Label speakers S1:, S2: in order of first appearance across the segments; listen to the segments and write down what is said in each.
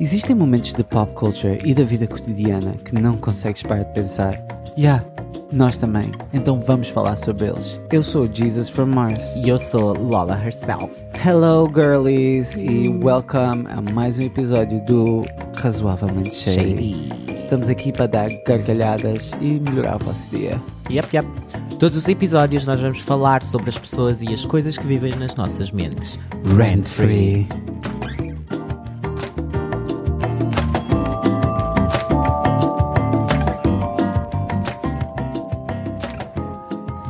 S1: Existem momentos de pop culture e da vida cotidiana que não consegues parar de pensar. Yeah, nós também. Então vamos falar sobre eles. Eu sou Jesus from Mars.
S2: E eu sou Lola herself.
S1: Hello, girlies, e welcome a mais um episódio do Razoavelmente Shady.
S2: Shady.
S1: Estamos aqui para dar gargalhadas e melhorar o vosso dia.
S2: Yep, yep. Todos os episódios nós vamos falar sobre as pessoas e as coisas que vivem nas nossas mentes.
S1: Rent free.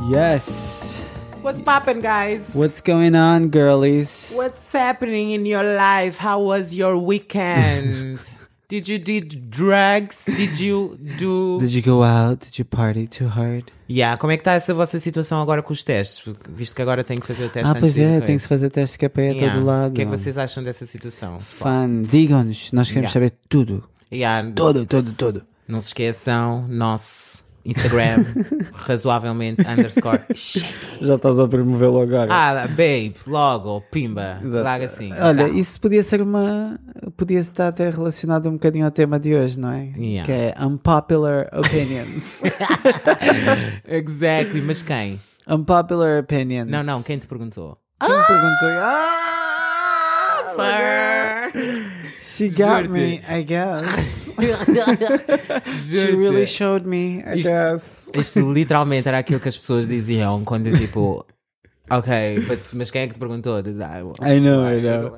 S1: Yes.
S2: What's poppin', guys?
S1: What's going on, girlies?
S2: What's happening in your life? How was your weekend? Did you did drugs? Did you do...
S1: Did you go out? Did you party too hard?
S2: Yeah, como é que está essa vossa situação agora com os testes? Visto que agora tenho que fazer o teste
S1: Ah,
S2: antes
S1: pois
S2: de ir
S1: é, tem
S2: com
S1: que
S2: esse.
S1: se fazer teste de KP a
S2: Yeah.
S1: todo lado.
S2: O que é que vocês acham dessa situação?
S1: Fun, digam-nos, nós queremos
S2: Yeah.
S1: saber tudo.
S2: Yeah,
S1: Tudo, tudo, tudo.
S2: Não se esqueçam, nosso Instagram, razoavelmente underscore.
S1: Já estás a promover logo agora.
S2: Ah, babe, logo, pimba,
S1: É, Exato.
S2: larga assim.
S1: Olha,
S2: sabe?
S1: isso podia ser uma. podia estar até relacionado um bocadinho ao tema de hoje, não é?
S2: Yeah.
S1: Que é Unpopular Opinions.
S2: Exactly, mas quem?
S1: unpopular Opinions.
S2: Não, não, quem te perguntou?
S1: Quem me perguntou? Ah! She got
S2: Juro-te.
S1: me, I guess. She
S2: Juro-te.
S1: really showed me, I
S2: Isto-
S1: guess.
S2: Isto literalmente era aquilo que as pessoas diziam quando tipo, ok, but- mas quem é que te perguntou? Ah,
S1: I know, I know.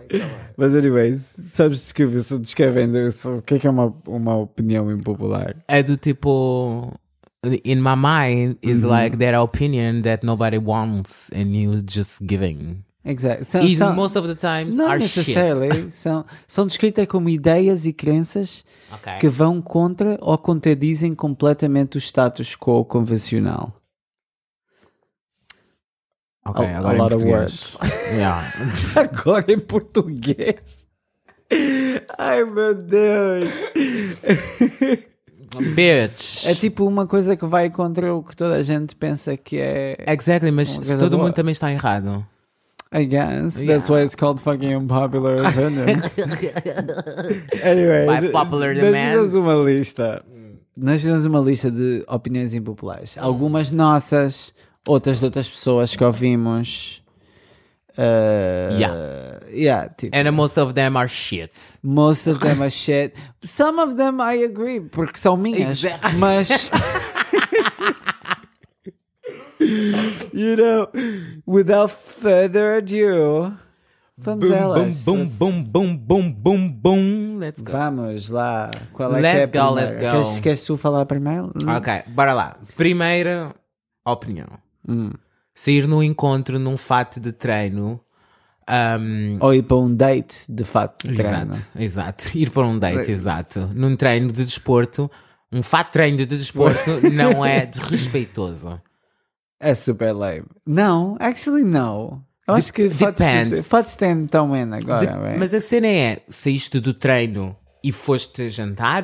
S1: Mas, anyways, sabes descrever, se descrevem o que é que é uma, uma opinião impopular?
S2: É do tipo. In my mind, is
S1: Uhum.
S2: like that opinion that nobody wants and you just giving.
S1: Exato. São,
S2: Is
S1: são-
S2: most of the times
S1: não
S2: are shit.
S1: necessariamente. São, são descritas como ideias e crenças
S2: Ok.
S1: que vão contra ou contradizem completamente o status quo convencional.
S2: Ok,
S1: A- a
S2: agora em
S1: lot of
S2: português. Yeah.
S1: Agora em português. Ai meu Deus!
S2: Bitch.
S1: É tipo uma coisa que vai contra o que toda a gente pensa que é.
S2: Exactly, mas
S1: Uma
S2: se
S1: coisa
S2: todo
S1: boa.
S2: mundo também está errado.
S1: I guess. That's why it's called fucking unpopular opinions. anyway.
S2: By popular
S1: nós
S2: demand.
S1: fizemos uma lista. Hum. Nós fizemos uma lista de opiniões impopulares. Algumas nossas, outras de outras pessoas que ouvimos.
S2: É.
S1: Uh,
S2: Eh, Yeah.
S1: yeah, tipo-
S2: And most of them are shit.
S1: Most of them are shit. Some of them I agree, porque são minhas.
S2: Exactly.
S1: Mas. you know, without further ado, vamos a elas.
S2: boom, boom, boom, boom, boom, boom. Let's go.
S1: Vamos lá. Qual é
S2: Let's
S1: que é a
S2: go,
S1: primeira?
S2: let's go. Ah.
S1: Queres, queres tu falar primeiro?
S2: Ok, bora lá. Primeira opinião. Hum. Sair num encontro num fato de treino. ahm,
S1: Ou ir para um date, de fato, de treino.
S2: Exato, exato. Ir para um date, exato. Num treino de desporto. Um fato de treino de desporto não é desrespeitoso.
S1: É super lame. Não, actually não. Eu acho que
S2: depende.
S1: fatos têm tão in agora, bem.
S2: Mas a cena é, saíste do treino e foste jantar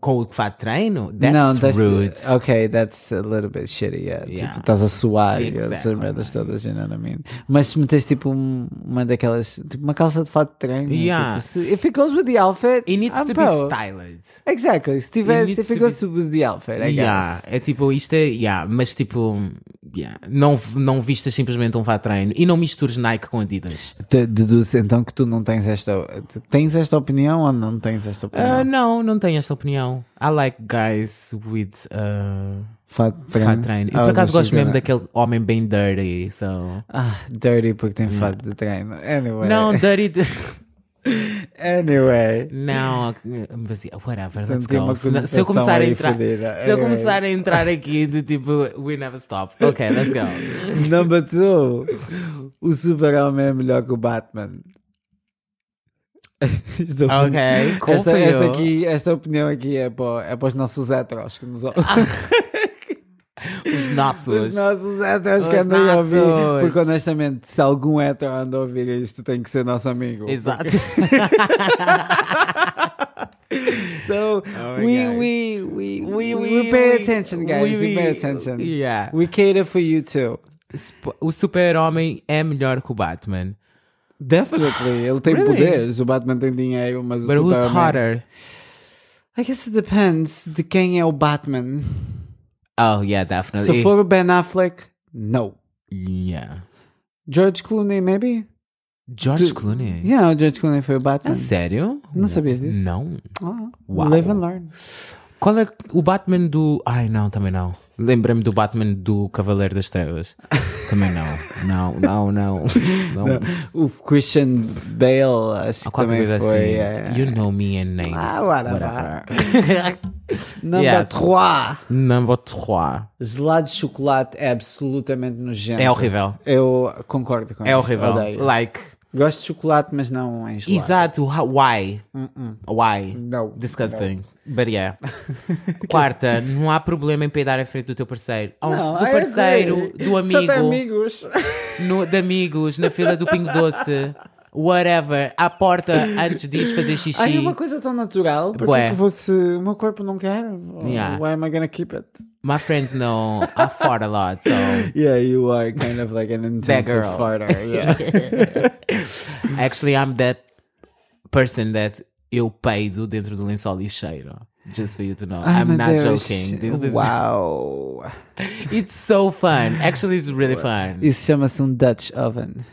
S2: com o que faz treino? That's
S1: não, that's
S2: rude.
S1: Ok, that's a little bit shitty, yeah. Tipo,
S2: Yeah.
S1: estás a suar e
S2: Exactly.
S1: essas merdas todas, you know what I mean? Mas se metes tipo um- uma daquelas, tipo uma calça de fato de treino,
S2: Yeah.
S1: tipo, se, if it goes with the outfit,
S2: It needs
S1: I'm
S2: to
S1: pro.
S2: be styled.
S1: Exactly, se tivesse,
S2: needs
S1: if it
S2: to
S1: goes with the outfit, I
S2: Yeah,
S1: guess.
S2: é tipo, isto é, yeah, mas tipo, yeah, não, não vistas simplesmente um fato de treino e não mistures Nike com Adidas.
S1: Te- Deduz então que tu não tens esta, tens esta opinião ou não tens esta opinião?
S2: Ah, não, não tenho esta opinião. I like guys with uh,
S1: fato de treino.
S2: fat train. Eu
S1: Ah,
S2: por acaso
S1: não
S2: gosto mesmo
S1: sei.
S2: daquele homem bem dirty. So.
S1: Ah, dirty porque tem fato de treino. Anyway.
S2: Não, dirty. de-
S1: Anyway.
S2: Não, mas yeah, whatever, let's
S1: Senti é tipo uma
S2: go. Se, se
S1: conotação
S2: eu começar a
S1: aí
S2: entrar.
S1: fodida. É.
S2: Se eu
S1: Anyways.
S2: começar a entrar aqui de tipo, we never stop. Ok, let's go.
S1: Number two. O super-homem é melhor que o Batman. Estou-
S2: Ah, Ok, confio.
S1: esta, esta, aqui, esta opinião aqui é para, é para os nossos heteros que nos
S2: Ah,
S1: ouvem.
S2: Os nossos.
S1: Os nossos heteros que
S2: Os
S1: andam a ouvir.
S2: nossos.
S1: Porque honestamente, se algum hétero anda a ouvir isto, tem que ser nosso amigo.
S2: Exato.
S1: So,
S2: Oh my
S1: we,
S2: God.
S1: we, we, we, we
S2: We- we-
S1: pay
S2: we-
S1: attention, guys. We,
S2: we-
S1: pay attention.
S2: yeah.
S1: We cater for you too.
S2: Sp- O super-homem é melhor que o Batman.
S1: Definitely. Ele tem
S2: Really?
S1: poderes. O Batman tem dinheiro, mas
S2: But
S1: o é
S2: who's
S1: Superman...
S2: hotter?
S1: I guess it depends de quem é o Batman.
S2: Oh, yeah, definitely.
S1: Se for o Ben Affleck, no.
S2: Yeah.
S1: George Clooney, maybe?
S2: George Clooney.
S1: Yeah, o George Clooney foi o
S2: A
S1: Batman.
S2: sério?
S1: Não sabias disso?
S2: Não.
S1: Ah,
S2: Uau.
S1: Live and learn.
S2: Qual é o Batman do. Ai, não, também não. Lembrei-me do Batman do Cavaleiro das Trevas. Também não. Não, não, não. não.
S1: O Christian Bale, acho
S2: Há
S1: que também
S2: Qualquer coisa
S1: foi.
S2: assim.
S1: é.
S2: You know me and names.
S1: Ah, whatever. Number
S2: Yes.
S1: 3.
S2: Number 3.
S1: Gelado de chocolate é absolutamente nojento.
S2: É horrível.
S1: Eu concordo com
S2: É
S1: isto,
S2: horrível.
S1: odeio.
S2: Like.
S1: Gosto de chocolate, mas não em gelado.
S2: Exato. how- Why? Why?
S1: No.
S2: Disgusting. But yeah. Quarta, não há problema em peidar à frente do teu parceiro. Ou
S1: Não,
S2: do
S1: I
S2: parceiro,
S1: agree.
S2: do
S1: Só tem
S2: amigo.
S1: amigos.
S2: no- de amigos, na fila do Pingo Doce, whatever, à porta antes de ir fazer xixi.
S1: Ai, é uma coisa tão natural. Porque
S2: É Bué.
S1: que você, o meu corpo não quer.
S2: Yeah.
S1: Why am I gonna keep it?
S2: My friends know I fart a lot, so.
S1: Yeah, you are kind of like an intensive
S2: girl.
S1: farter. Yeah.
S2: Actually, I'm that person that eu peido dentro do lençol e cheiro. Just for you to know.
S1: Ai,
S2: I'm
S1: meu
S2: not
S1: Deus.
S2: joking. This
S1: Oh
S2: is,
S1: Wow.
S2: It's so fun. Actually, it's really fun.
S1: Isso chama-se um Dutch oven.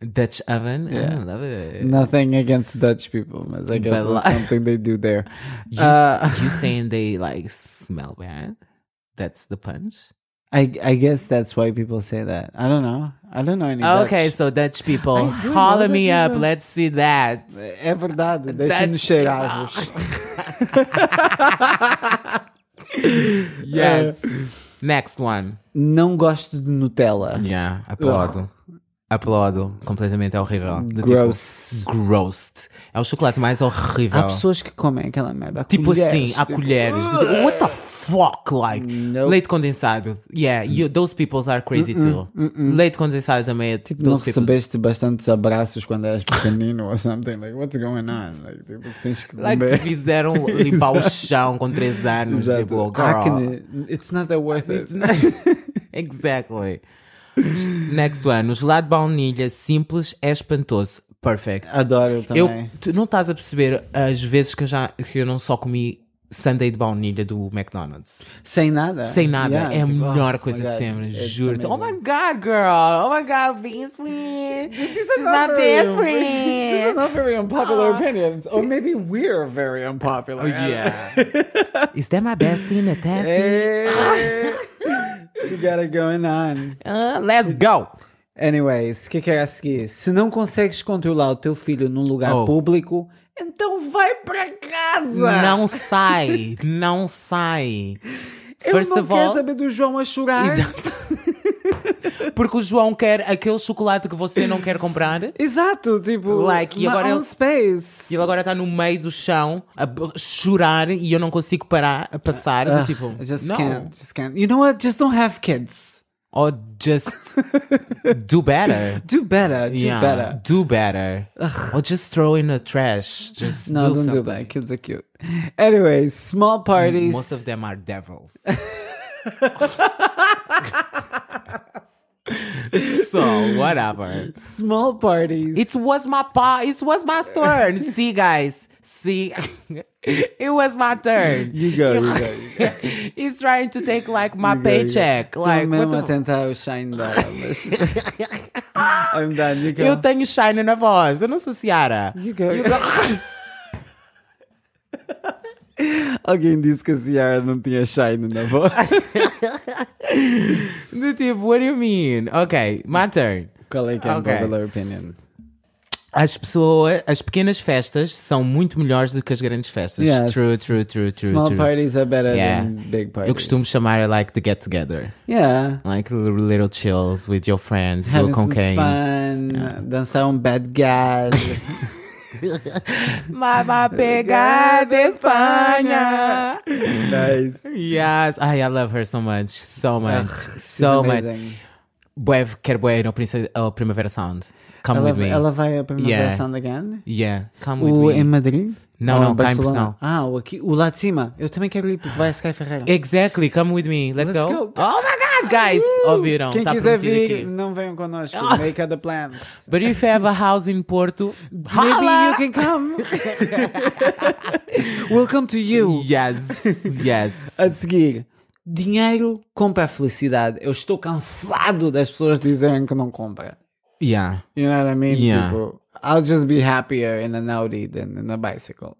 S2: Dutch oven? I love it.
S1: Nothing against Dutch people, mas I guess
S2: But
S1: that's something they do there.
S2: You,
S1: Uh,
S2: you saying they like smell bad? That's the punch?
S1: I, I guess that's why people say that. I don't know. I don't know any
S2: Ah, Okay,
S1: Dutch.
S2: so Dutch people,
S1: I do
S2: holler
S1: know
S2: me
S1: that you
S2: up.
S1: know.
S2: Let's see that.
S1: É verdade, deixem-nos
S2: Dutch-
S1: cheirar-vos.
S2: Yes.
S1: É.
S2: Next one.
S1: Não gosto de Nutella.
S2: Yeah, aplaudo.
S1: Oh.
S2: Aplaudo. Completamente é horrível. Do
S1: Gross.
S2: Tipo, grossed. É o chocolate mais horrível.
S1: Há pessoas que comem aquela merda.
S2: Tipo assim, a colheres. Do tipo, What the fuck? Like,
S1: Nope.
S2: leite condensado. Yeah, you, those people are crazy too. Leite condensado também é tipo,
S1: Não
S2: those people.
S1: recebeste bastantes abraços quando eras pequenino ou something? Like, what's going on? Like, tipo, tens que
S2: Like, te
S1: comer.
S2: fizeram limpar o chão com 3 anos.
S1: Exato.
S2: Tipo, girl.
S1: Acne. It's not that worth it.
S2: exactly. Next one. O gelado de baunilha simples é espantoso. Perfect.
S1: Adoro
S2: Eu,
S1: também.
S2: tu não estás a perceber as vezes que eu, já, que eu não só comi sundae de baunilha do McDonald's.
S1: Sem nada?
S2: Sem nada.
S1: Yeah,
S2: é a
S1: tipo,
S2: melhor
S1: oh
S2: coisa
S1: my
S2: de
S1: God,
S2: sempre.
S1: it's
S2: Juro-te. Oh
S1: amazing.
S2: my God, girl. Oh my God, please, please. This is not this,
S1: These are
S2: please.
S1: not Oh. very unpopular opinions. Or maybe we're very unpopular.
S2: Oh, yeah. is that my bestie,
S1: É.
S2: Natasha?
S1: Hey, Eh, she got it going on.
S2: Uh, let's go.
S1: Anyways, o que é que era a seguir? Se não consegues controlar o teu filho num lugar
S2: Oh.
S1: público, então vai para casa!
S2: Não sai. Não sai.
S1: Eu
S2: First
S1: não
S2: of
S1: quero
S2: all,
S1: saber do João a chorar.
S2: Exato. Porque o João quer aquele chocolate que você não quer comprar e
S1: Exato, tipo,
S2: Like, e
S1: my
S2: agora
S1: own
S2: ele-
S1: space.
S2: ele agora está no meio do chão a b- chorar e eu não consigo parar a passar. do tipo,
S1: Ah, I just
S2: não.
S1: can't, just can't. You know what? Just don't have kids.
S2: Or just do better.
S1: Do better, do
S2: Yeah,
S1: better.
S2: Do better. Or just throw in the trash. Just
S1: No,
S2: do
S1: don't do
S2: something.
S1: that. Kids are cute. Anyways, small parties.
S2: Most of them are devils. so, whatever.
S1: small parties.
S2: It was my pa. It was my turn. See, guys. See, it was my turn.
S1: you go, you go. You go.
S2: He's trying to take like my
S1: go, you go.
S2: paycheck. Like,
S1: Estou
S2: what
S1: mesmo a
S2: the-
S1: tentar o shine dela, mas... I'm done, you go.
S2: eu tenho shine na voz. Eu não sou Ciara.
S1: You go. Alguém disse que a Ciara não tinha shine na voz.
S2: Do tipo, what do you mean? Ok, my turn.
S1: Qual é que é a
S2: Ok.
S1: popular opinion?
S2: As pessoas, as pequenas festas são muito melhores do que as grandes festas.
S1: Yes.
S2: True, true, true, true.
S1: Small
S2: true.
S1: parties are better
S2: Yeah.
S1: than big parties.
S2: Eu costumo chamar like the get together.
S1: Yeah.
S2: Like little chills with your friends, do
S1: Having
S2: com
S1: some
S2: quem.
S1: fun, dançar um bad guy.
S2: Mama pegada Espanha.
S1: nice.
S2: Yes, Ai, I love her so much, so much,
S1: She's
S2: so much.
S1: amazing.
S2: Bué, quero bué no Prince- oh, Primavera Sound. Come
S1: Ela,
S2: with me.
S1: ela vai a primeira
S2: Yeah.
S1: versão again?
S2: Yeah, come
S1: O
S2: with
S1: em
S2: me.
S1: Madrid?
S2: Não,
S1: Ou
S2: não,
S1: em
S2: cá em
S1: Barcelona?
S2: Portugal.
S1: Ah, o, aqui, o lá de cima. Eu também quero ir porque vai a Sky Ferreira.
S2: Exactly, come with me. Let's,
S1: Let's go.
S2: go. Oh my God, Guys, ouviram?
S1: Quem
S2: Tá
S1: quiser vir,
S2: prometido aqui. Ah.
S1: não venham connosco. Make other plans.
S2: But if you have a house in Porto, holla!
S1: Maybe you can come. Welcome to you.
S2: Yes, yes.
S1: A seguir, dinheiro compra a felicidade. Eu estou cansado das pessoas dizerem que não compra.
S2: Yeah.
S1: You know what I mean?
S2: Yeah.
S1: Tipo, I'll just be happier in an Audi than in a bicycle.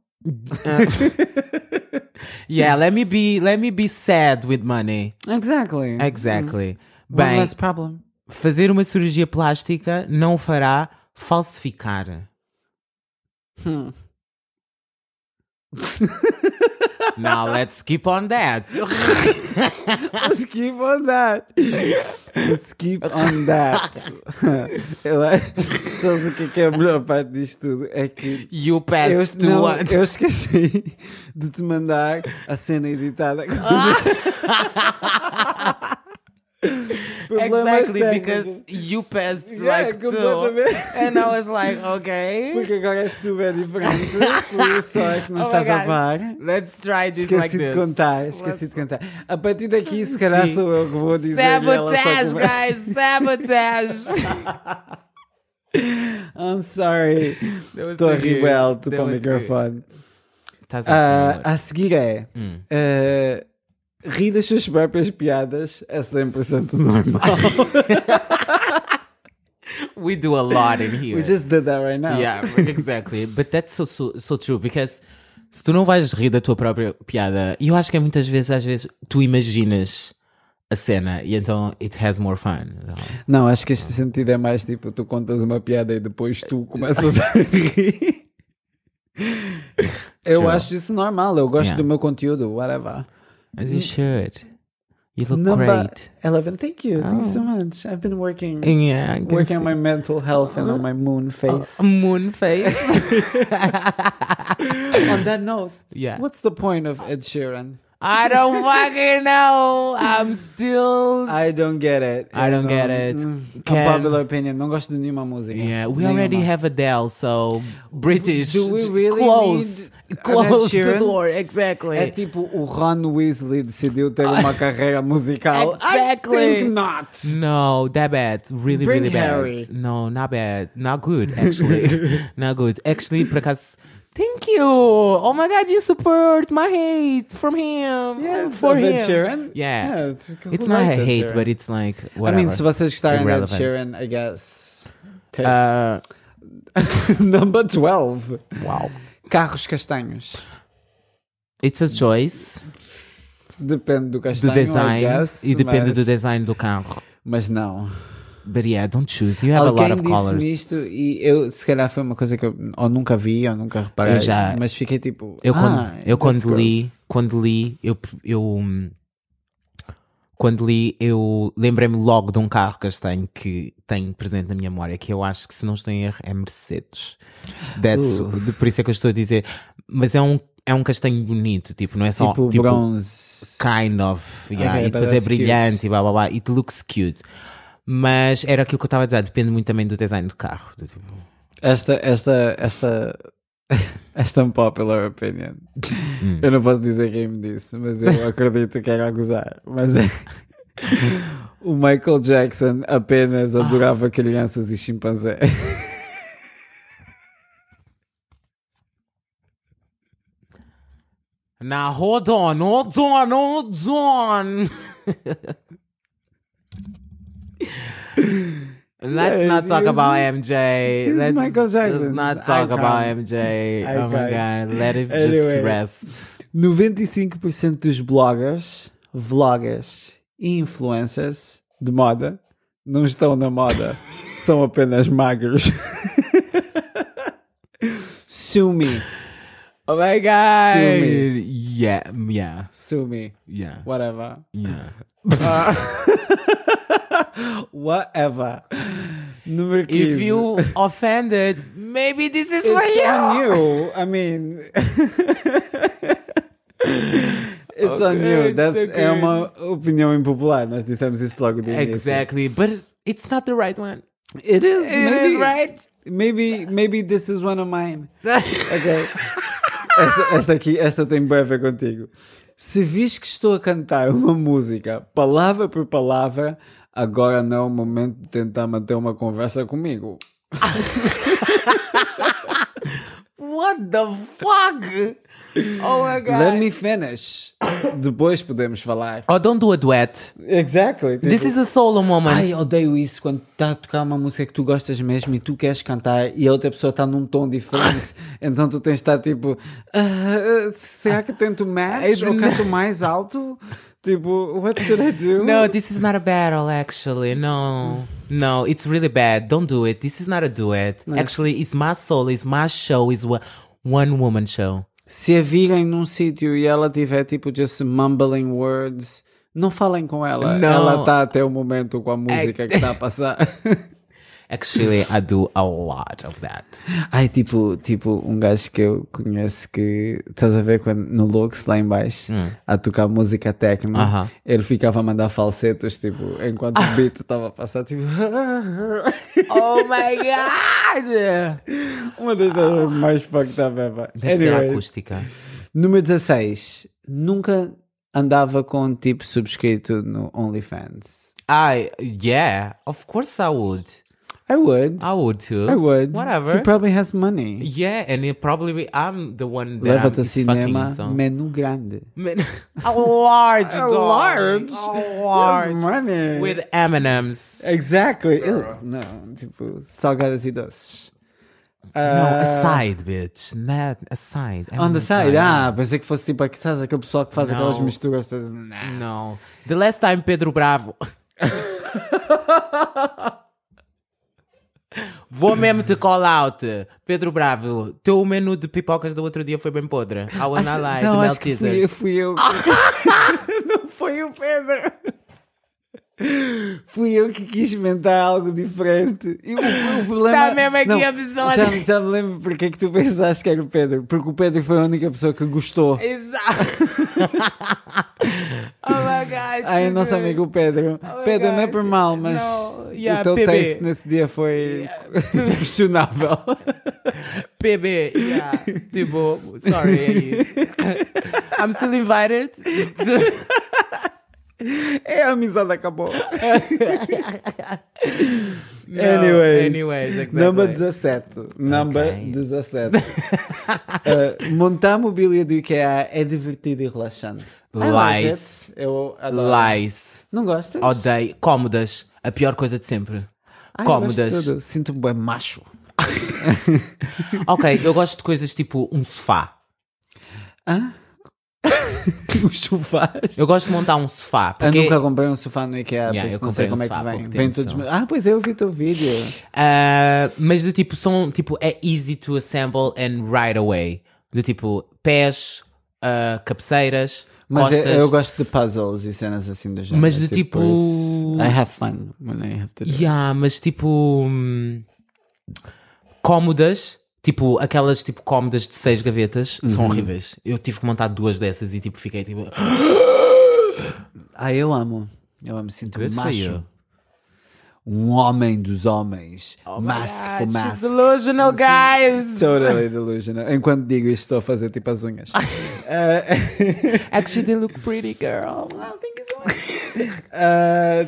S2: Yeah, let me be let me be sad with money.
S1: Exactly.
S2: Exactly.
S1: One
S2: Bem,
S1: less problem.
S2: fazer uma cirurgia plástica não fará falsificar.
S1: Hum.
S2: Now let's keep on that.
S1: Let's keep on that. Let's keep on that. eu acho. Sabes o que é que é a melhor parte disto tudo? É que.
S2: You
S1: Eu,
S2: passed to
S1: não,
S2: one.
S1: eu esqueci de te mandar a cena editada.
S2: Ah!
S1: Problemas
S2: Exactly
S1: técnicos.
S2: because you passed
S1: Yeah,
S2: like two,
S1: completamente.
S2: and I was like, okay,
S1: Porque agora é super diferente. Por só é que não
S2: Oh my
S1: estás a
S2: God.
S1: par.
S2: let's try this
S1: Esqueci
S2: like
S1: de
S2: this.
S1: contar, esqueci de contar. A partir daqui, se calhar
S2: Sim.
S1: sou eu que vou dizer. ela só
S2: Sabotage,
S1: conversa.
S2: guys, sabotage.
S1: I'm sorry.
S2: That was
S1: Estou a
S2: so good.
S1: rebelde
S2: That
S1: para o
S2: was good.
S1: microfone.
S2: Estás
S1: Ah,
S2: ótimo, amor.
S1: a seguir é.
S2: Hum.
S1: ah, rir das suas próprias piadas é 100% normal.
S2: We do a lot in here.
S1: ah. We just did that right now.
S2: Yeah, exactly. But that's so, so, so true because se tu não vais rir da tua própria piada, e eu acho que é muitas vezes, às vezes, tu imaginas a cena e então it has more fun. Então,
S1: Não, acho que este sentido é mais tipo: tu contas uma piada e depois tu começas a rir. Eu
S2: True.
S1: acho isso normal. Eu gosto
S2: Yeah.
S1: do meu conteúdo, whatever.
S2: As you should. You look
S1: Number
S2: great.
S1: 11. Thank you. Thank you so
S2: Oh.
S1: much. I've been working
S2: Yeah, I can
S1: working on my
S2: see.
S1: mental health and on my moon
S2: Oh.
S1: face.
S2: moon face.
S1: on that note,
S2: Yeah.
S1: what's the point of Ed Sheeran?
S2: I don't fucking know. I'm still.
S1: I don't get it.
S2: I don't get it. Can-
S1: Unpopular opinion. Não gosto de nenhuma música.
S2: Yeah, we
S1: Nenhuma.
S2: already have Adele, so British.
S1: Do we really
S2: close,
S1: need Ed
S2: close
S1: Sheeran?
S2: the door? Exactly.
S1: É tipo o Ron Weasley decidiu ter uma carreira musical.
S2: Exactly.
S1: I think not.
S2: No, that bad. Really,
S1: Bring
S2: really
S1: Harry.
S2: bad. No, not bad. Not good, actually. not good. Actually, por acaso. Thank you. Oh my god, you support my hate from him.
S1: Yeah,
S2: for
S1: of Ed
S2: him.
S1: Sheeran?
S2: Yeah.
S1: Yeah, it's- who
S2: it's not
S1: likes
S2: a
S1: Ed
S2: hate,
S1: Sheeran?
S2: but it's like
S1: I
S2: whatever.
S1: mean, se vocês gostarem de Ed
S2: Irrelevant.
S1: Sheeran, I guess. Taste.
S2: Uh,
S1: Number 12.
S2: wow.
S1: Carros castanhos.
S2: It's a choice
S1: Depende do
S2: do
S1: castanho, I
S2: design
S1: guess,
S2: e depende
S1: mas,
S2: do design do carro.
S1: Mas não.
S2: But yeah, don't choose. You have
S1: Alguém
S2: a lot of colors.
S1: disse-me isto e eu, se calhar foi uma coisa que eu ou nunca vi ou nunca reparei,
S2: Eu já-
S1: mas fiquei tipo,
S2: Eu
S1: ah,
S2: quando,
S1: that's
S2: eu quando li,
S1: gross.
S2: quando li, eu, eu hum, quando li, eu lembrei-me logo de um carro castanho que tenho presente na minha memória, que eu acho que se não estou em erro é Mercedes. That's,
S1: Uh.
S2: de- por isso é que eu estou a dizer, mas é um, é um castanho bonito, tipo, não é só
S1: tipo,
S2: tipo,
S1: bronze.
S2: kind of, yeah,
S1: Ok,
S2: e depois
S1: but
S2: é
S1: that's
S2: brilhante
S1: cute.
S2: e blá blá blá, it looks cute. Mas era aquilo que eu estava a dizer, depende muito também do design do carro. do tipo,
S1: Esta, esta, esta, esta unpopular opinion. Eu não posso dizer quem me disse, mas eu acredito que era a gozar. Mas é. O Michael Jackson apenas adorava crianças e chimpanzés.
S2: Now hold on, hold on, hold on. Let's
S1: Yeah,
S2: not talk
S1: he's-
S2: about MJ.
S1: he's
S2: let's,
S1: Michael Jackson,
S2: let's not talk
S1: icon.
S2: about MJ. Oh my
S1: Icon.
S2: god, let it
S1: Anyway.
S2: just rest.
S1: 95% dos bloggers, vloggers e influencers de moda não estão na moda, são apenas magros. Sumi,
S2: Oh my god.
S1: Sumi.
S2: Yeah, yeah,
S1: sumi,
S2: yeah,
S1: whatever.
S2: yeah.
S1: Whatever. Número 15.
S2: If you offended, maybe this is for
S1: It's
S2: you.
S1: on you. I mean. It's on
S2: Okay,
S1: you.
S2: it's
S1: That's,
S2: okay.
S1: É uma opinião impopular. Nós dissemos isso logo de início.
S2: Exactly, but it's not the right one.
S1: It is.
S2: It
S1: maybe,
S2: is right.
S1: Maybe, maybe this is one of mine. Ok. Esta, esta aqui, esta tem bué a ver contigo. Se vis que estou a cantar uma música palavra por palavra, agora não é o momento de tentar manter uma conversa comigo.
S2: What the fuck? Oh my god.
S1: Let me finish. Depois podemos falar.
S2: Oh, don't do a duet.
S1: Exactly. tipo,
S2: This is a solo moment.
S1: Ai, odeio isso quando está a tocar uma música que tu gostas mesmo e tu queres cantar e a outra pessoa está num tom diferente. então tu tens de estar tipo, "Ah, será que tento match ou canto mais alto? Tipo, what should I do?
S2: No, this is not a battle, actually. No, no, it's really bad. Don't do it. This is not a duet. Actually, it's my solo, it's my show, it's one, one woman show.
S1: Se a virem num sítio e ela tiver tipo just mumbling words, não falem com ela.
S2: Não.
S1: Ela está até o momento com a música que está a passar.
S2: Actually, I do a lot of that.
S1: Ai, tipo, tipo, um gajo que eu conheço que estás a ver quando, no Lux lá em baixo a tocar música techno,
S2: Hum. Aham. Ah.
S1: ele ficava a mandar falsetos, tipo, enquanto o beat estava a passar, tipo.
S2: Oh my god!
S1: Uma das coisas mais fucked up ever.
S2: Ah. Deve ser a
S1: Anyway,
S2: acústica.
S1: número 16. Nunca andava com um tipo subscrito no OnlyFans.
S2: I, yeah, of course I would.
S1: I would.
S2: I would too.
S1: I would.
S2: Ah, Whatever.
S1: He probably has money.
S2: yeah, and it probably be, I'm the one that I'm
S1: Leva-te ao
S2: is fucking.
S1: cinema,
S2: so-
S1: menu grande.
S2: Man, a large,
S1: large?
S2: dog. a large,
S1: money.
S2: with M and M's.
S1: Exactly. Ugh, não, tipo, salgadas e doces.
S2: No,
S1: Ah,
S2: aside, bitch. Not aside. I'm
S1: On the side,
S2: aside.
S1: ah, pensei que fosse tipo aqui, estás aquele pessoal que faz
S2: Não.
S1: aquelas misturas. Estás... Nah.
S2: No. The last time Pedro Bravo. Vou mesmo te call out. Pedro Bravo, teu menu de pipocas do outro dia foi bem podre. I will not lie,
S1: não,
S2: the Mel
S1: acho que fui, eu-
S2: Teasers.
S1: fui eu. não foi o Pedro. Fui eu que quis inventar algo diferente. E o, o problema.
S2: Tá mesmo aqui a pessoa-
S1: Já, já me lembro porque é que tu pensaste que era o Pedro. Porque o Pedro foi a única pessoa que gostou.
S2: Exato. oh my
S1: Ai,
S2: god.
S1: Ah, é nosso
S2: dude.
S1: amigo Pedro.
S2: my
S1: Pedro, não é
S2: God.
S1: por mal, mas
S2: Não, yeah,
S1: o teu
S2: PB.
S1: taste nesse dia foi questionável.
S2: PB, yeah. tipo, sorry. é isso. I'm still invited.
S1: é, a amizade acabou.
S2: No,
S1: Anyways.
S2: anyways, exactly.
S1: Number 17. Number
S2: Ok.
S1: 17. Uh, montar mobília do IKEA é divertido e relaxante. I like
S2: Lies.
S1: it. Eu adoro.
S2: Lies.
S1: Não gostas?
S2: Odeio. Cómodas. A pior coisa de sempre.
S1: Ai, eu gosto de
S2: Cómodas.
S1: tudo. Sinto-me bem macho.
S2: Ok, eu gosto de coisas tipo um sofá.
S1: Os sofás.
S2: Eu gosto de montar um sofá. Porque,
S1: Eu nunca comprei um sofá no IKEA,
S2: Yeah,
S1: por
S2: eu
S1: isso não sei
S2: comprei um
S1: como é que
S2: sofá há
S1: vem.
S2: pouco
S1: Vem
S2: tempo,
S1: todos...
S2: só.
S1: Ah, pois é, eu vi teu vídeo.
S2: Ah, mas do tipo, são tipo, é easy to assemble and right away. Do tipo, pés, ah, cabeceiras,
S1: Mas eu,
S2: costas.
S1: eu gosto de puzzles e cenas assim do género.
S2: Mas de tipo-
S1: por isso, I have fun when I have to do it.
S2: Yeah, mas tipo. hum, Cómodas, tipo aquelas tipo cómodas de seis gavetas, são
S1: Uhum.
S2: horríveis. Eu tive que montar duas dessas e tipo fiquei tipo.
S1: Ah, eu amo. Eu amo. Sinto-me
S2: Good for
S1: macho.
S2: you.
S1: Um homem dos homens. mask for
S2: Oh She's
S1: mask.
S2: delusional, guys!
S1: Totally delusional. Enquanto digo isto, estou a fazer tipo as unhas.
S2: Actually, they look pretty, girl.
S1: Ah,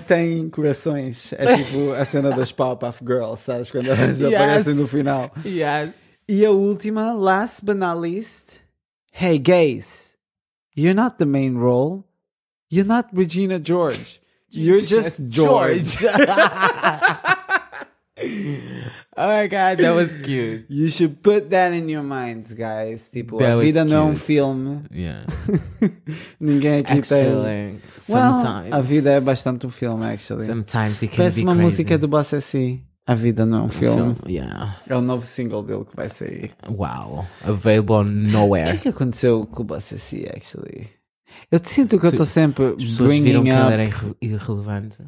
S1: tem corações. É tipo a cena das Powerpuff Girls, sabes? Quando elas
S2: Yes.
S1: aparecem no final.
S2: Yes.
S1: E a última, last but not least. Hey gays, you're not the main role. You're not Regina George. You're just George.
S2: oh my god, that was cute.
S1: You should put that in your minds, guys. Tipo,
S2: That
S1: a
S2: was
S1: vida não é um
S2: cute.
S1: filme.
S2: Yeah.
S1: Ninguém aqui tem.
S2: Actually,
S1: Well,
S2: sometimes.
S1: a vida é bastante um filme, actually.
S2: Sometimes it can
S1: Parece
S2: be
S1: uma
S2: crazy.
S1: música do Bossa C. A vida não é um filme.
S2: Yeah.
S1: É o novo single dele que vai sair.
S2: Wow. Available
S1: O que é
S2: nowhere.
S1: que aconteceu com o Bossa C, actually? Eu te sinto que eu estou sempre
S2: As pessoas viram
S1: bringing
S2: que ele
S1: up.
S2: era irre- irrelevante.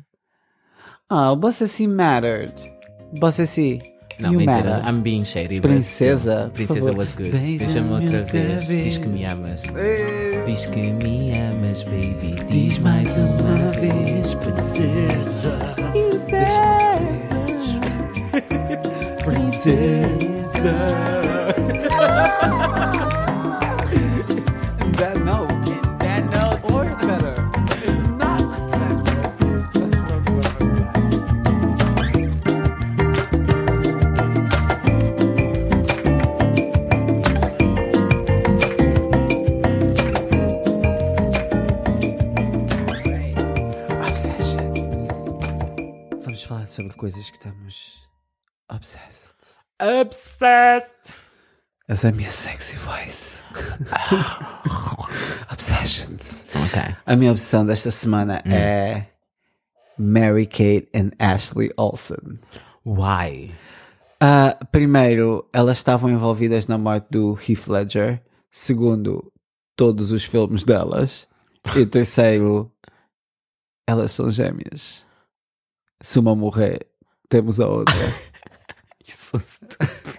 S1: Ah, o Bossa C mattered. Bossa C.
S2: Não,
S1: you
S2: mentira.
S1: matter.
S2: I'm being shady. but
S1: Princesa.
S2: still.
S1: por
S2: Princesa
S1: favor.
S2: was good.
S1: Beija-me
S2: Beija-me outra vez. Diz que me amas. Diz que me amas, baby. Diz mais uma vez, princesa.
S1: That note. That note. sobre coisas que estamos obsessed.
S2: Obsessed!
S1: Essa é a minha sexy voice. Obsessions.
S2: Ok.
S1: A minha obsessão desta semana é Mary Kate and Ashley Olsen.
S2: Why?
S1: Ah, primeiro, elas estavam envolvidas na morte do Heath Ledger. Segundo, todos os filmes delas. E terceiro, elas são gêmeas. Se uma morrer, temos a outra.
S2: You're so stupid.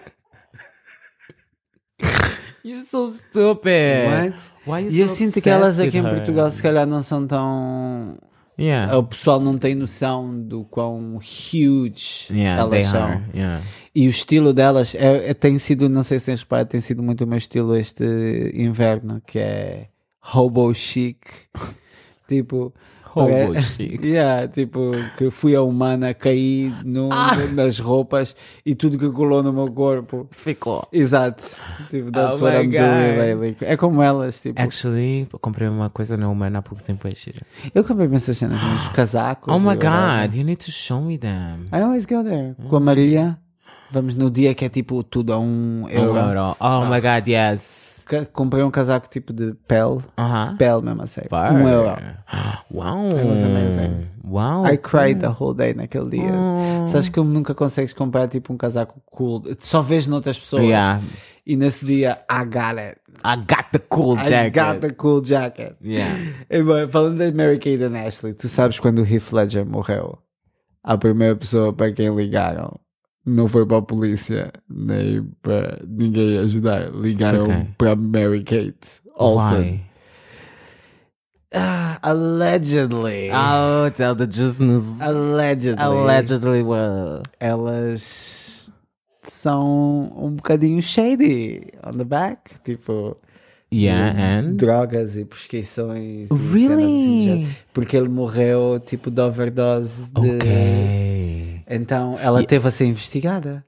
S2: You're so stupid.
S1: What?
S2: Why you
S1: E eu
S2: so
S1: sinto que
S2: obsessed
S1: elas aqui em
S2: with her?
S1: Portugal se calhar não são tão.
S2: Yeah.
S1: O pessoal não tem noção do quão huge
S2: Yeah,
S1: elas
S2: they
S1: são.
S2: are. Yeah.
S1: E o estilo delas é, é- tem sido, não sei se tens reparado, tem sido muito o meu estilo este inverno, que é hobo chic. tipo.
S2: Hobo
S1: pare-
S2: chic.
S1: Yeah, tipo, que fui a humana, caí no,
S2: Ah!
S1: nas roupas e tudo que colou no meu corpo.
S2: Ficou.
S1: Exato. Tipo, that's
S2: Oh
S1: what
S2: my
S1: I'm
S2: God.
S1: doing lately. É como elas, tipo.
S2: Actually, comprei uma coisa na humana há pouco tempo. É gira.
S1: Eu comprei essas cenas, uns casacos.
S2: Oh my
S1: e whatever.
S2: god, Hum. you need to show me them.
S1: I always go there. Com a Maria, vamos no dia que é tipo tudo a um
S2: Oh,
S1: euro.
S2: oh my god, yes.
S1: Ca- Comprei um casaco tipo de pele,
S2: Uh huh.
S1: pele mesmo a sério. Um euro.
S2: Wow.
S1: was amazing.
S2: Wow.
S1: I cried the whole day naquele dia.
S2: Oh.
S1: Sabes que nunca consegues comprar tipo um casaco cool. Só vês noutras pessoas.
S2: Yeah.
S1: E nesse dia, I got it.
S2: I got the cool
S1: I
S2: jacket.
S1: got the cool jacket.
S2: Yeah.
S1: E, bom, falando da Mary Kate and Ashley, tu sabes quando o Heath Ledger morreu? A primeira pessoa para quem ligaram não foi para a polícia, nem para ninguém ajudar. Ligaram
S2: Foi quem?
S1: para Mary Kate Olsen.
S2: Why?
S1: Ah, allegedly.
S2: Oh, tell the juice news.
S1: Allegedly.
S2: Allegedly, well.
S1: Elas são um bocadinho shady on the back. Tipo,
S2: Yeah, and?
S1: drogas e prescrições. e
S2: Hum? Really?
S1: cenas assim do género. Porque ele morreu tipo de overdose de.
S2: Okay.
S1: Então ela teve a ser investigada.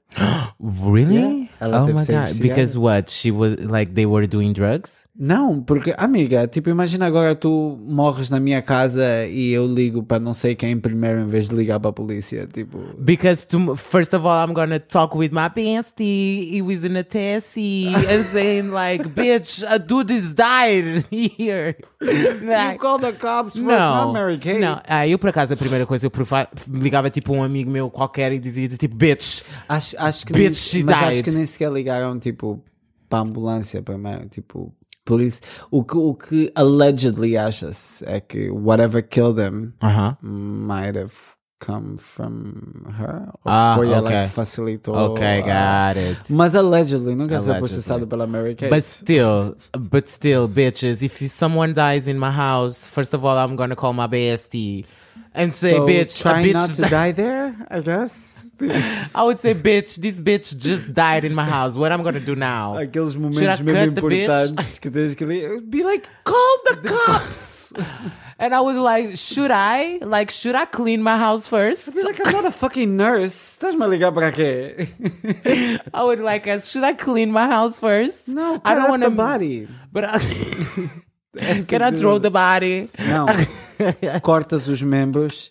S2: Really?
S1: Yeah, ela
S2: oh
S1: teve
S2: my
S1: que ser
S2: god. Because what? She was like, they were doing drugs?
S1: Não, porque, amiga, tipo, imagina agora tu morres na minha casa e eu ligo para não sei quem primeiro em vez de ligar para a polícia. Tipo,
S2: Because to, first of all, I'm gonna talk with my bestie. He was in a taxi and saying like, "Bitch, a dude is died here."
S1: you
S2: Like,
S1: call the cops first,
S2: não,
S1: not Mary Kate.
S2: não. Ah, eu por acaso a primeira coisa eu prova- ligava tipo um amigo meu qualquer e dizia tipo, "Bitch,
S1: Acho, acho que
S2: Bitch, she
S1: nem, mas acho
S2: died.
S1: que nem sequer ligaram, tipo, para a ambulância primeiro. Tipo, por isso. O que, o que allegedly acha-se é que whatever killed them
S2: uh huh,
S1: might have come from her. Ou
S2: Ah,
S1: foi ela
S2: ok.
S1: que facilitou.
S2: okay,
S1: a-
S2: got it."
S1: Mas allegedly, nunca sou
S2: Allegedly.
S1: processado pela Mary Kate.
S2: But still, but still, bitches, if you, someone dies in my house, first of all, I'm gonna call my bestie and say,
S1: So,
S2: "Bitch, a
S1: try
S2: bitch
S1: not
S2: died."
S1: to die there, I guess. Tipo,
S2: I would say, bitch, this bitch just died in my house. What I'm gonna do now?
S1: Aqueles
S2: Should I
S1: momentos
S2: cut
S1: mesmo
S2: the bitch?
S1: importantes que tens que ler. Be like, call the cops!
S2: and I would like, should I? Like, should I clean my house first?
S1: Be like, I'm not a fucking nurse. Estás-me a ligar para quê?
S2: I would like, ask, should I clean my house first?
S1: No, cut
S2: I don't
S1: up
S2: wanna-
S1: the body.
S2: But I, can I throw the body?
S1: Não. Cortas os membros,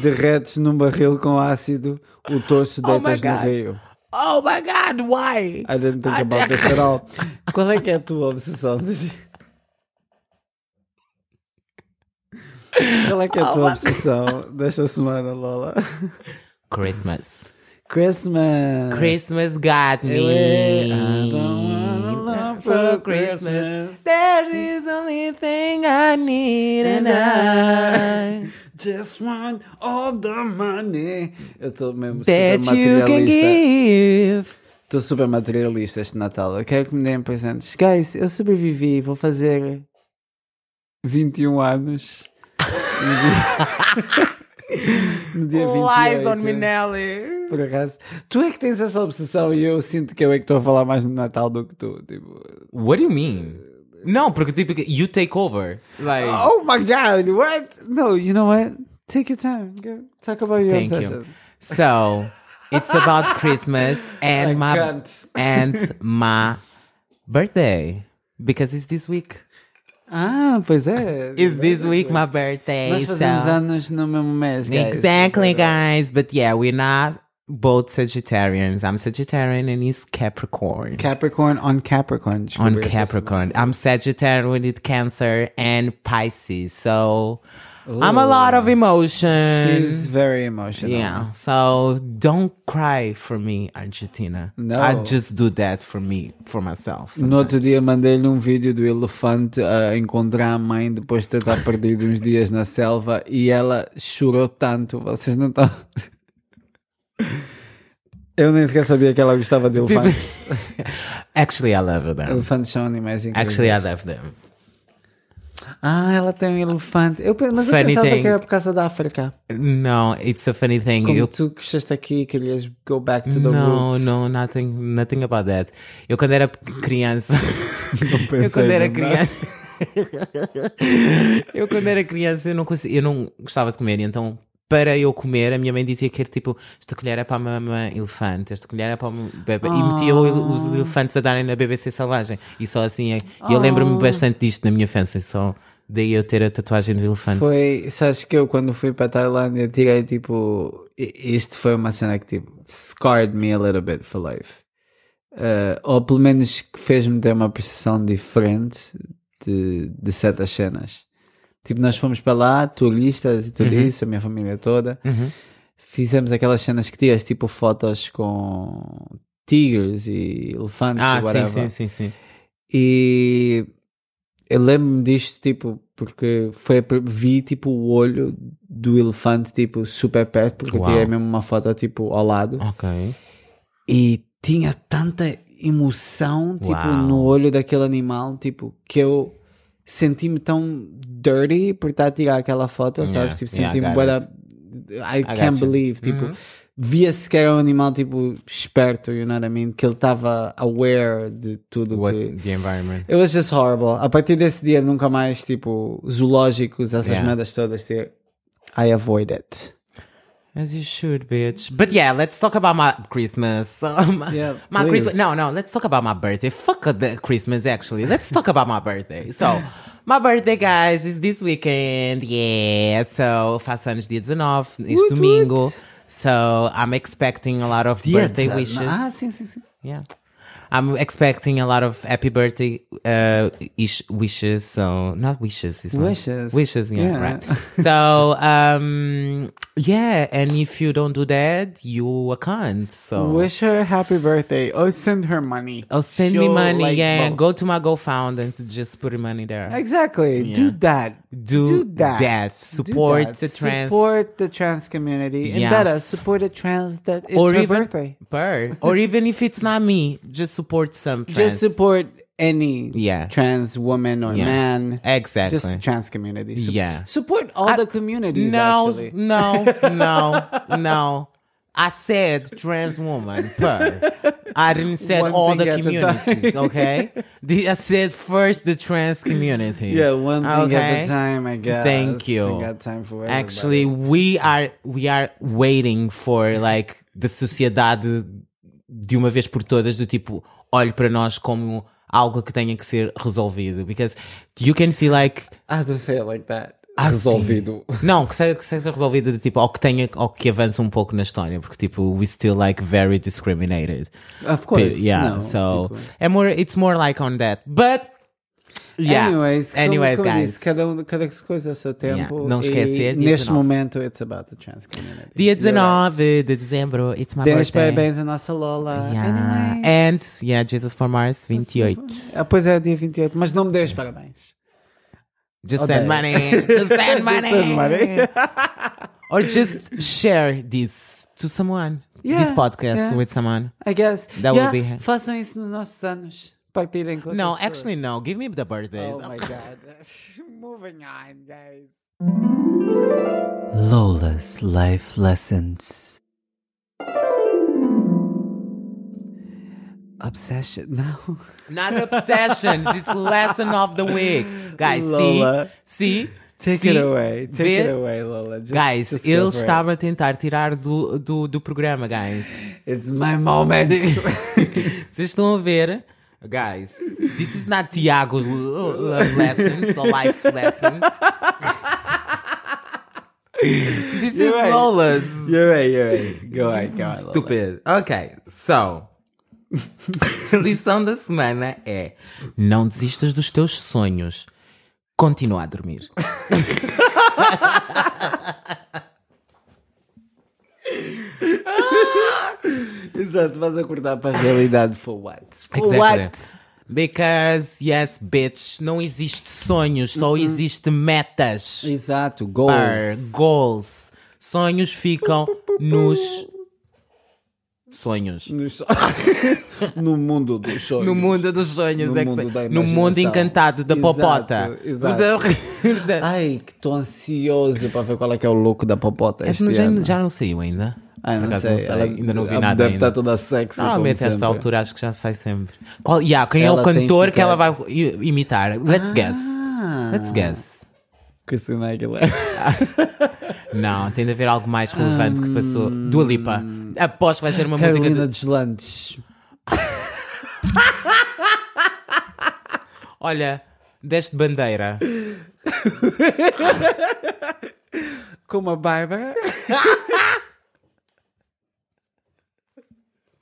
S1: derretes num barril com ácido, o torso
S2: my
S1: deitas no
S2: God.
S1: rio.
S2: Oh my God, why?
S1: I didn't think about this at all. Qual é que é a tua obsessão? Qual é que é a tua obsessão desta semana, Lola?
S2: Christmas.
S1: Christmas!
S2: Christmas got me.
S1: I don't wanna love for Christmas.
S2: That is the only thing I need, and I.
S1: Just want all the money. Eu estou mesmo super
S2: That you can
S1: materialista.
S2: give.
S1: Estou super materialista este Natal. Eu quero que me deem presentes. Guys, eu sobrevivi. Vou fazer 21 anos. No dia, no dia
S2: Lies
S1: 28.
S2: on me, Nelly.
S1: Por acaso. Tu é que tens essa obsessão e eu sinto que eu é que estou a falar mais no Natal do que tu. Tipo...
S2: What do you mean? Não, porque tipo, you take over. Like,
S1: Oh my God, what? No, you know what? Take your time. Go- Talk about your
S2: thank
S1: obsession.
S2: you. So, it's about Christmas and
S1: I
S2: my
S1: can't.
S2: and my birthday because it's this week.
S1: Ah, pois é.
S2: It's this week my birthday.
S1: Nós fazemos
S2: so-
S1: anos no mesmo mês, guys.
S2: Exactly, guys. But yeah, we're not both Sagittarians. I'm Sagittarian and he's Capricorn.
S1: Capricorn on Capricorn. descobri
S2: on
S1: esta
S2: Capricorn. I'm Sagittarian with Cancer and Pisces. So I'm a lot of
S1: semana.
S2: emotions.
S1: She's very emotional.
S2: É. Yeah. So don't cry for me, Argentina.
S1: No.
S2: I just do that for me, for myself.
S1: No outro
S2: sometimes.
S1: dia mandei-lhe um vídeo do elefante a encontrar a mãe depois de ter estado perdido uns dias na selva e ela chorou tanto. Vocês não estão. Eu nem sequer sabia que ela gostava
S2: Tipo-
S1: de elefantes.
S2: Actually, I love them.
S1: elefantes são animais incríveis.
S2: Actually, I love them.
S1: Ah, ela tem um elefante. Eu, pe- mas eu
S2: Funny
S1: pensava
S2: thing.
S1: que era por causa da África.
S2: No, it's a funny thing.
S1: Como
S2: Eu-
S1: tu cresceste aqui e querias go back to the
S2: no,
S1: roots.
S2: no, nothing, nothing about that. Eu quando era criança,
S1: não
S2: eu
S1: pensei
S2: quando era
S1: no
S2: criança, eu quando era criança eu não conseguia, eu não gostava de comer. e Então para eu comer, a minha mãe dizia que era tipo esta colher é para a mamã elefante, esta colher é para o bebê e metia o ele- os elefantes a darem na BBC selvagem e só assim. é- e Eu lembro-me bastante disto na minha infância, só daí eu ter a tatuagem do elefante.
S1: Foi, sabes que eu quando fui para a Tailândia tirei tipo. i- Isto foi uma cena que tipo. scarred me a little bit for life. Eh, ou pelo menos que fez-me ter uma percepção diferente de, de certas cenas. Tipo, nós fomos para lá, turistas e tudo isso, a minha família toda.
S2: Uhum.
S1: Fizemos aquelas cenas que tiras tipo fotos com tigres e elefantes
S2: Ah,
S1: e
S2: sim,
S1: whatever.
S2: sim, sim, sim.
S1: E eu lembro-me disto, tipo, porque foi, a pr- vi, tipo, o olho do elefante, tipo, super perto, porque
S2: Uau.
S1: eu tirei mesmo uma foto, tipo, ao lado.
S2: Ok.
S1: E tinha tanta emoção, tipo,
S2: Uau.
S1: no olho daquele animal, tipo, que eu senti-me tão dirty por estar a tirar aquela foto,
S2: Yeah,
S1: sabes? Tipo,
S2: yeah,
S1: senti-me
S2: I got
S1: bué da- I, can't
S2: gotcha.
S1: believe, tipo,
S2: Uhum.
S1: via-se que era um animal, tipo, esperto, you know what I mean? Que ele estava aware de tudo
S2: What
S1: que...
S2: the environment?
S1: It was just horrible. A partir desse dia, nunca mais, tipo, zoológicos, essas
S2: Yeah.
S1: merdas todas, tipo, I avoid it.
S2: As you should, bitch. But yeah, let's talk about my Christmas. Um,
S1: Yeah,
S2: my
S1: please.
S2: Christmas. No, no, let's talk about my birthday. Fuck the Christmas, actually. Let's talk about my birthday. So, my birthday, guys, is this weekend. Yeah. So, faço anos dia 19, este
S1: Woot,
S2: domingo.
S1: woot.
S2: So, I'm expecting a lot of birthday wishes.
S1: Ah, sim, sim, sim.
S2: Yeah. I'm expecting a lot of happy birthday uh, ish wishes. So not wishes, it's not-
S1: Wishes.
S2: wishes. Yeah,
S1: Yeah.
S2: right. so um, yeah, and if you don't do that, you a cunt. So
S1: Wish her happy birthday. Oh, send her money.
S2: oh, send me
S1: She'll
S2: money.
S1: like
S2: yeah,
S1: both.
S2: go to my GoFund and just put your money there.
S1: Exactly. Do that.
S2: Do
S1: that.
S2: that.
S1: Do
S2: Support
S1: that.
S2: the trans-
S1: Support the trans community. And
S2: Yes.
S1: better, support a trans that it's
S2: or
S1: her
S2: even
S1: birthday.
S2: Bird. or even if it's not me, just support some trans.
S1: Just support any
S2: Yeah.
S1: trans woman or
S2: Yeah.
S1: man.
S2: exactly.
S1: Just trans community. Sup-
S2: Yeah.
S1: Support all the communities,
S2: No,
S1: actually.
S2: no, no, no. I said trans woman, but I didn't say
S1: One
S2: all
S1: thing
S2: the
S1: at the time.
S2: communities, okay? The- I said first the trans community.
S1: Yeah, one thing at
S2: okay?
S1: a time, I guess.
S2: Thank you.
S1: I got time for everybody.
S2: Actually, we are we are waiting for like the sociedade de uma vez por todas do tipo olhe para nós como algo que tenha que ser resolvido because you can see like
S1: Ah, don't say it like that.
S2: Ah,
S1: Resolvido.
S2: sim. Não, que seja, que seja resolvido de tipo, ou que tenha, ou que avance um pouco na história, porque tipo, we still like very discriminated.
S1: Of course.
S2: yeah,
S1: no,
S2: so
S1: tipo-
S2: é more, it's more like on that. But yeah.
S1: Anyways, como-
S2: anyways,
S1: como eu
S2: guys.
S1: disse, cada, um, cada coisa a seu tempo.
S2: Yeah,
S1: e
S2: não esquecer, dia
S1: Neste
S2: 19.
S1: momento, it's about the trans community.
S2: Dia 19 de dezembro, it's my
S1: Demos
S2: birthday.
S1: parabéns à nossa Lola.
S2: Yeah. And
S1: Anyways.
S2: yeah, Jesus for Mars 28.
S1: Ah, pois é, dia 28, mas não me deis parabéns.
S2: Just
S1: Okay.
S2: send money. Just send money.
S1: Oh, send money.
S2: Or just share this to someone.
S1: Yeah,
S2: This podcast
S1: yeah.
S2: with someone.
S1: I guess.
S2: That
S1: yeah,
S2: will be-
S1: Façam isso nos nossos anos. Partirem com
S2: No,
S1: outras
S2: actually, no. Give me the birthdays.
S1: pessoas. Oh my god. Moving on, guys.
S3: Lola's Life Lessons.
S1: Obsession. Não.
S2: Not obsessions. it's lesson of the week. Guys,
S1: Lola.
S2: see? See?
S1: Take
S2: see?
S1: it away. Take
S2: Vê?
S1: it away, Lola. Just,
S2: Guys,
S1: just
S2: ele
S1: go for it.
S2: estava a tentar tirar do, do, do programa, guys.
S1: It's my moment.
S2: Vocês estão a ver? Guys, this is not Tiago's l- love lessons or life lessons. this is
S1: You're right.
S2: Lola's.
S1: You're right, you're right. Go on, go on. Lola.
S2: Stupid. Ok, so. a lição da semana é: Não desistas dos teus sonhos. Continua a dormir.
S1: Exato, vais acordar para a realidade for what? For what?
S2: Because, yes, bitch, não existe sonhos, só existe metas.
S1: Exato,
S2: Our
S1: goals.
S2: goals. Sonhos ficam nos sonhos.
S1: Nos- no mundo dos sonhos.
S2: No mundo dos sonhos,
S1: No
S2: é que
S1: mundo
S2: sei.
S1: da
S2: No mundo
S1: imaginação.
S2: encantado da
S1: Exato,
S2: popota.
S1: exato.
S2: Mas é da-
S1: Ai, que estou ansioso para ver qual é que é o louco da popota este
S2: já,
S1: ano.
S2: já não saiu ainda.
S1: Ai,
S2: Por
S1: Ah, não
S2: acaso
S1: sei, ela
S2: ainda não vi
S1: ela
S2: nada.
S1: Deve
S2: ainda.
S1: estar toda sexy.
S2: Normalmente,
S1: como
S2: a
S1: sempre.
S2: esta altura, acho que já sai sempre. Qual, yeah, quem é
S1: Ela
S2: o
S1: tem
S2: cantor que
S1: ficar-
S2: ela vai i- imitar? Let's guess.
S1: Ah,
S2: Let's guess.
S1: Christina Aguilera.
S2: Não, tem de haver algo mais relevante que passou. Dua Lipa. Aposto que vai ser uma música.
S1: Hum. Carolina
S2: do-
S1: Deslandes.
S2: Olha, deste bandeira.
S1: Como a Bárbara.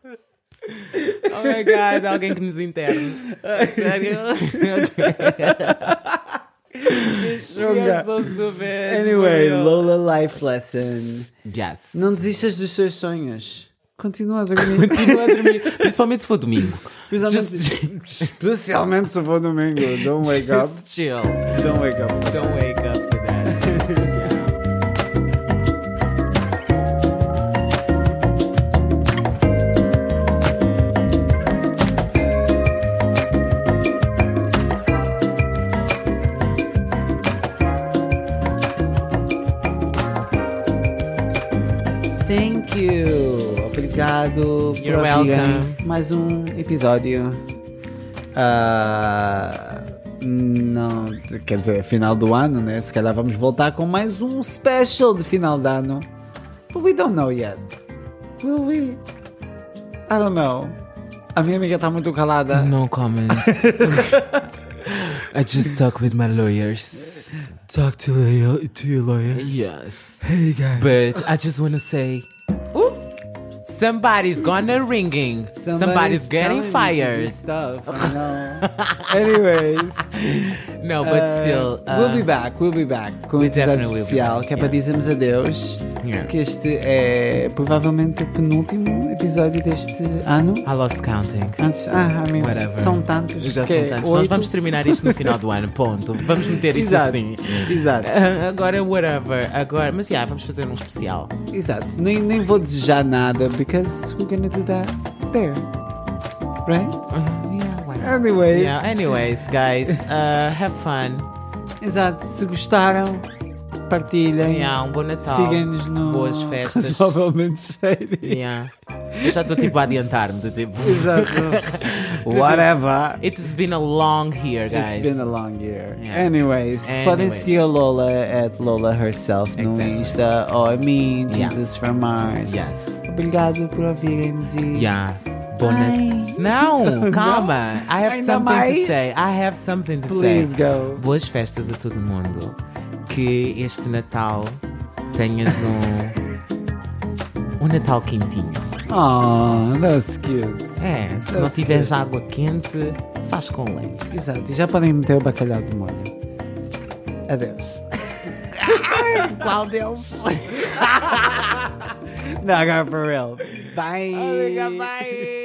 S2: Oh my god, alguém que nos interne. Sério? We are so stupid.
S1: Anyway, Lola Life Lesson.
S2: Yes.
S1: Não desistas dos seus sonhos. Continua a dormir.
S2: Continua a dormir. Principalmente se for domingo.
S1: Especialmente, especialmente se for domingo. Don't wake up.
S2: Just chill.
S1: Don't wake up.
S2: Don't wake up for that.
S1: Thank you. Obrigado por
S2: You're
S1: ouvirem
S2: welcome.
S1: mais um episódio. Ah, não, quer dizer, final do ano, né? Se calhar vamos voltar com mais um special de final de ano. But we don't know yet. Will we? I don't know. A minha amiga está muito calada.
S2: No comments. I just talk with my lawyers.
S1: Talk to, your- to your lawyer.
S2: Yes.
S1: Hey guys.
S2: But I just want to say, ooh, somebody's gonna ringing. Somebody's,
S1: telling
S2: getting
S1: me to do
S2: fired.
S1: Stuff. I know. Anyways.
S2: No, but still,
S1: Uh, we'll be back, we'll be back com um
S2: we
S1: episódio
S2: definitely will be
S1: especial
S2: back,
S1: que é para
S2: yeah.
S1: dizermos adeus.
S2: Yeah.
S1: Que este é provavelmente o penúltimo episódio deste ano.
S2: uh, I lost counting.
S1: Antes, ah, I mean,
S2: Whatever.
S1: são tantos.
S2: Já
S1: que
S2: são
S1: é
S2: tantos. Nós
S1: oito.
S2: vamos terminar isto no final do ano, ponto. Vamos meter isso
S1: Exato,
S2: assim.
S1: exato.
S2: Ah, Agora, whatever. Agora, mas yeah, vamos fazer um especial.
S1: Exato. Nem, nem vou desejar nada, because we're gonna do that there. Right?
S2: Yeah, why not?
S1: Anyways.
S2: Yeah, anyways, guys, uh, have fun.
S1: Exato. Se gostaram, partilhem.
S2: Yeah, um bom Natal.
S1: Sigam-nos no.
S2: Boas festas.
S1: Provavelmente cheirem.
S2: Yeah. Eu já estou tipo a adiantar-me de tipo.
S1: Exato. Whatever.
S2: It's been a long year, guys.
S1: It's been a long year.
S2: Yeah.
S1: Anyways, podem
S2: Anyways.
S1: seguir a Lola at Lola herself no
S2: Exactly.
S1: Insta ou a mim,
S2: Yeah.
S1: Jesus from Mars.
S2: Yes.
S1: Obrigado por ouvirem-nos e
S2: Yeah. Bom Natal. Não, calma. I have
S1: Ainda
S2: something
S1: mais?
S2: to say. I have something to
S1: please
S2: say.
S1: go.
S2: Boas festas a todo mundo. Que este Natal tenhas um. um Natal quentinho.
S1: Oh, that's cute.
S2: É, se
S1: Eu
S2: não
S1: sei.
S2: tiveres água quente, faz com leite.
S1: Exato, e já podem meter o bacalhau de molho. Adeus.
S2: Qual deles?
S1: Não, agora for real. Bye.
S2: Obrigado, bye.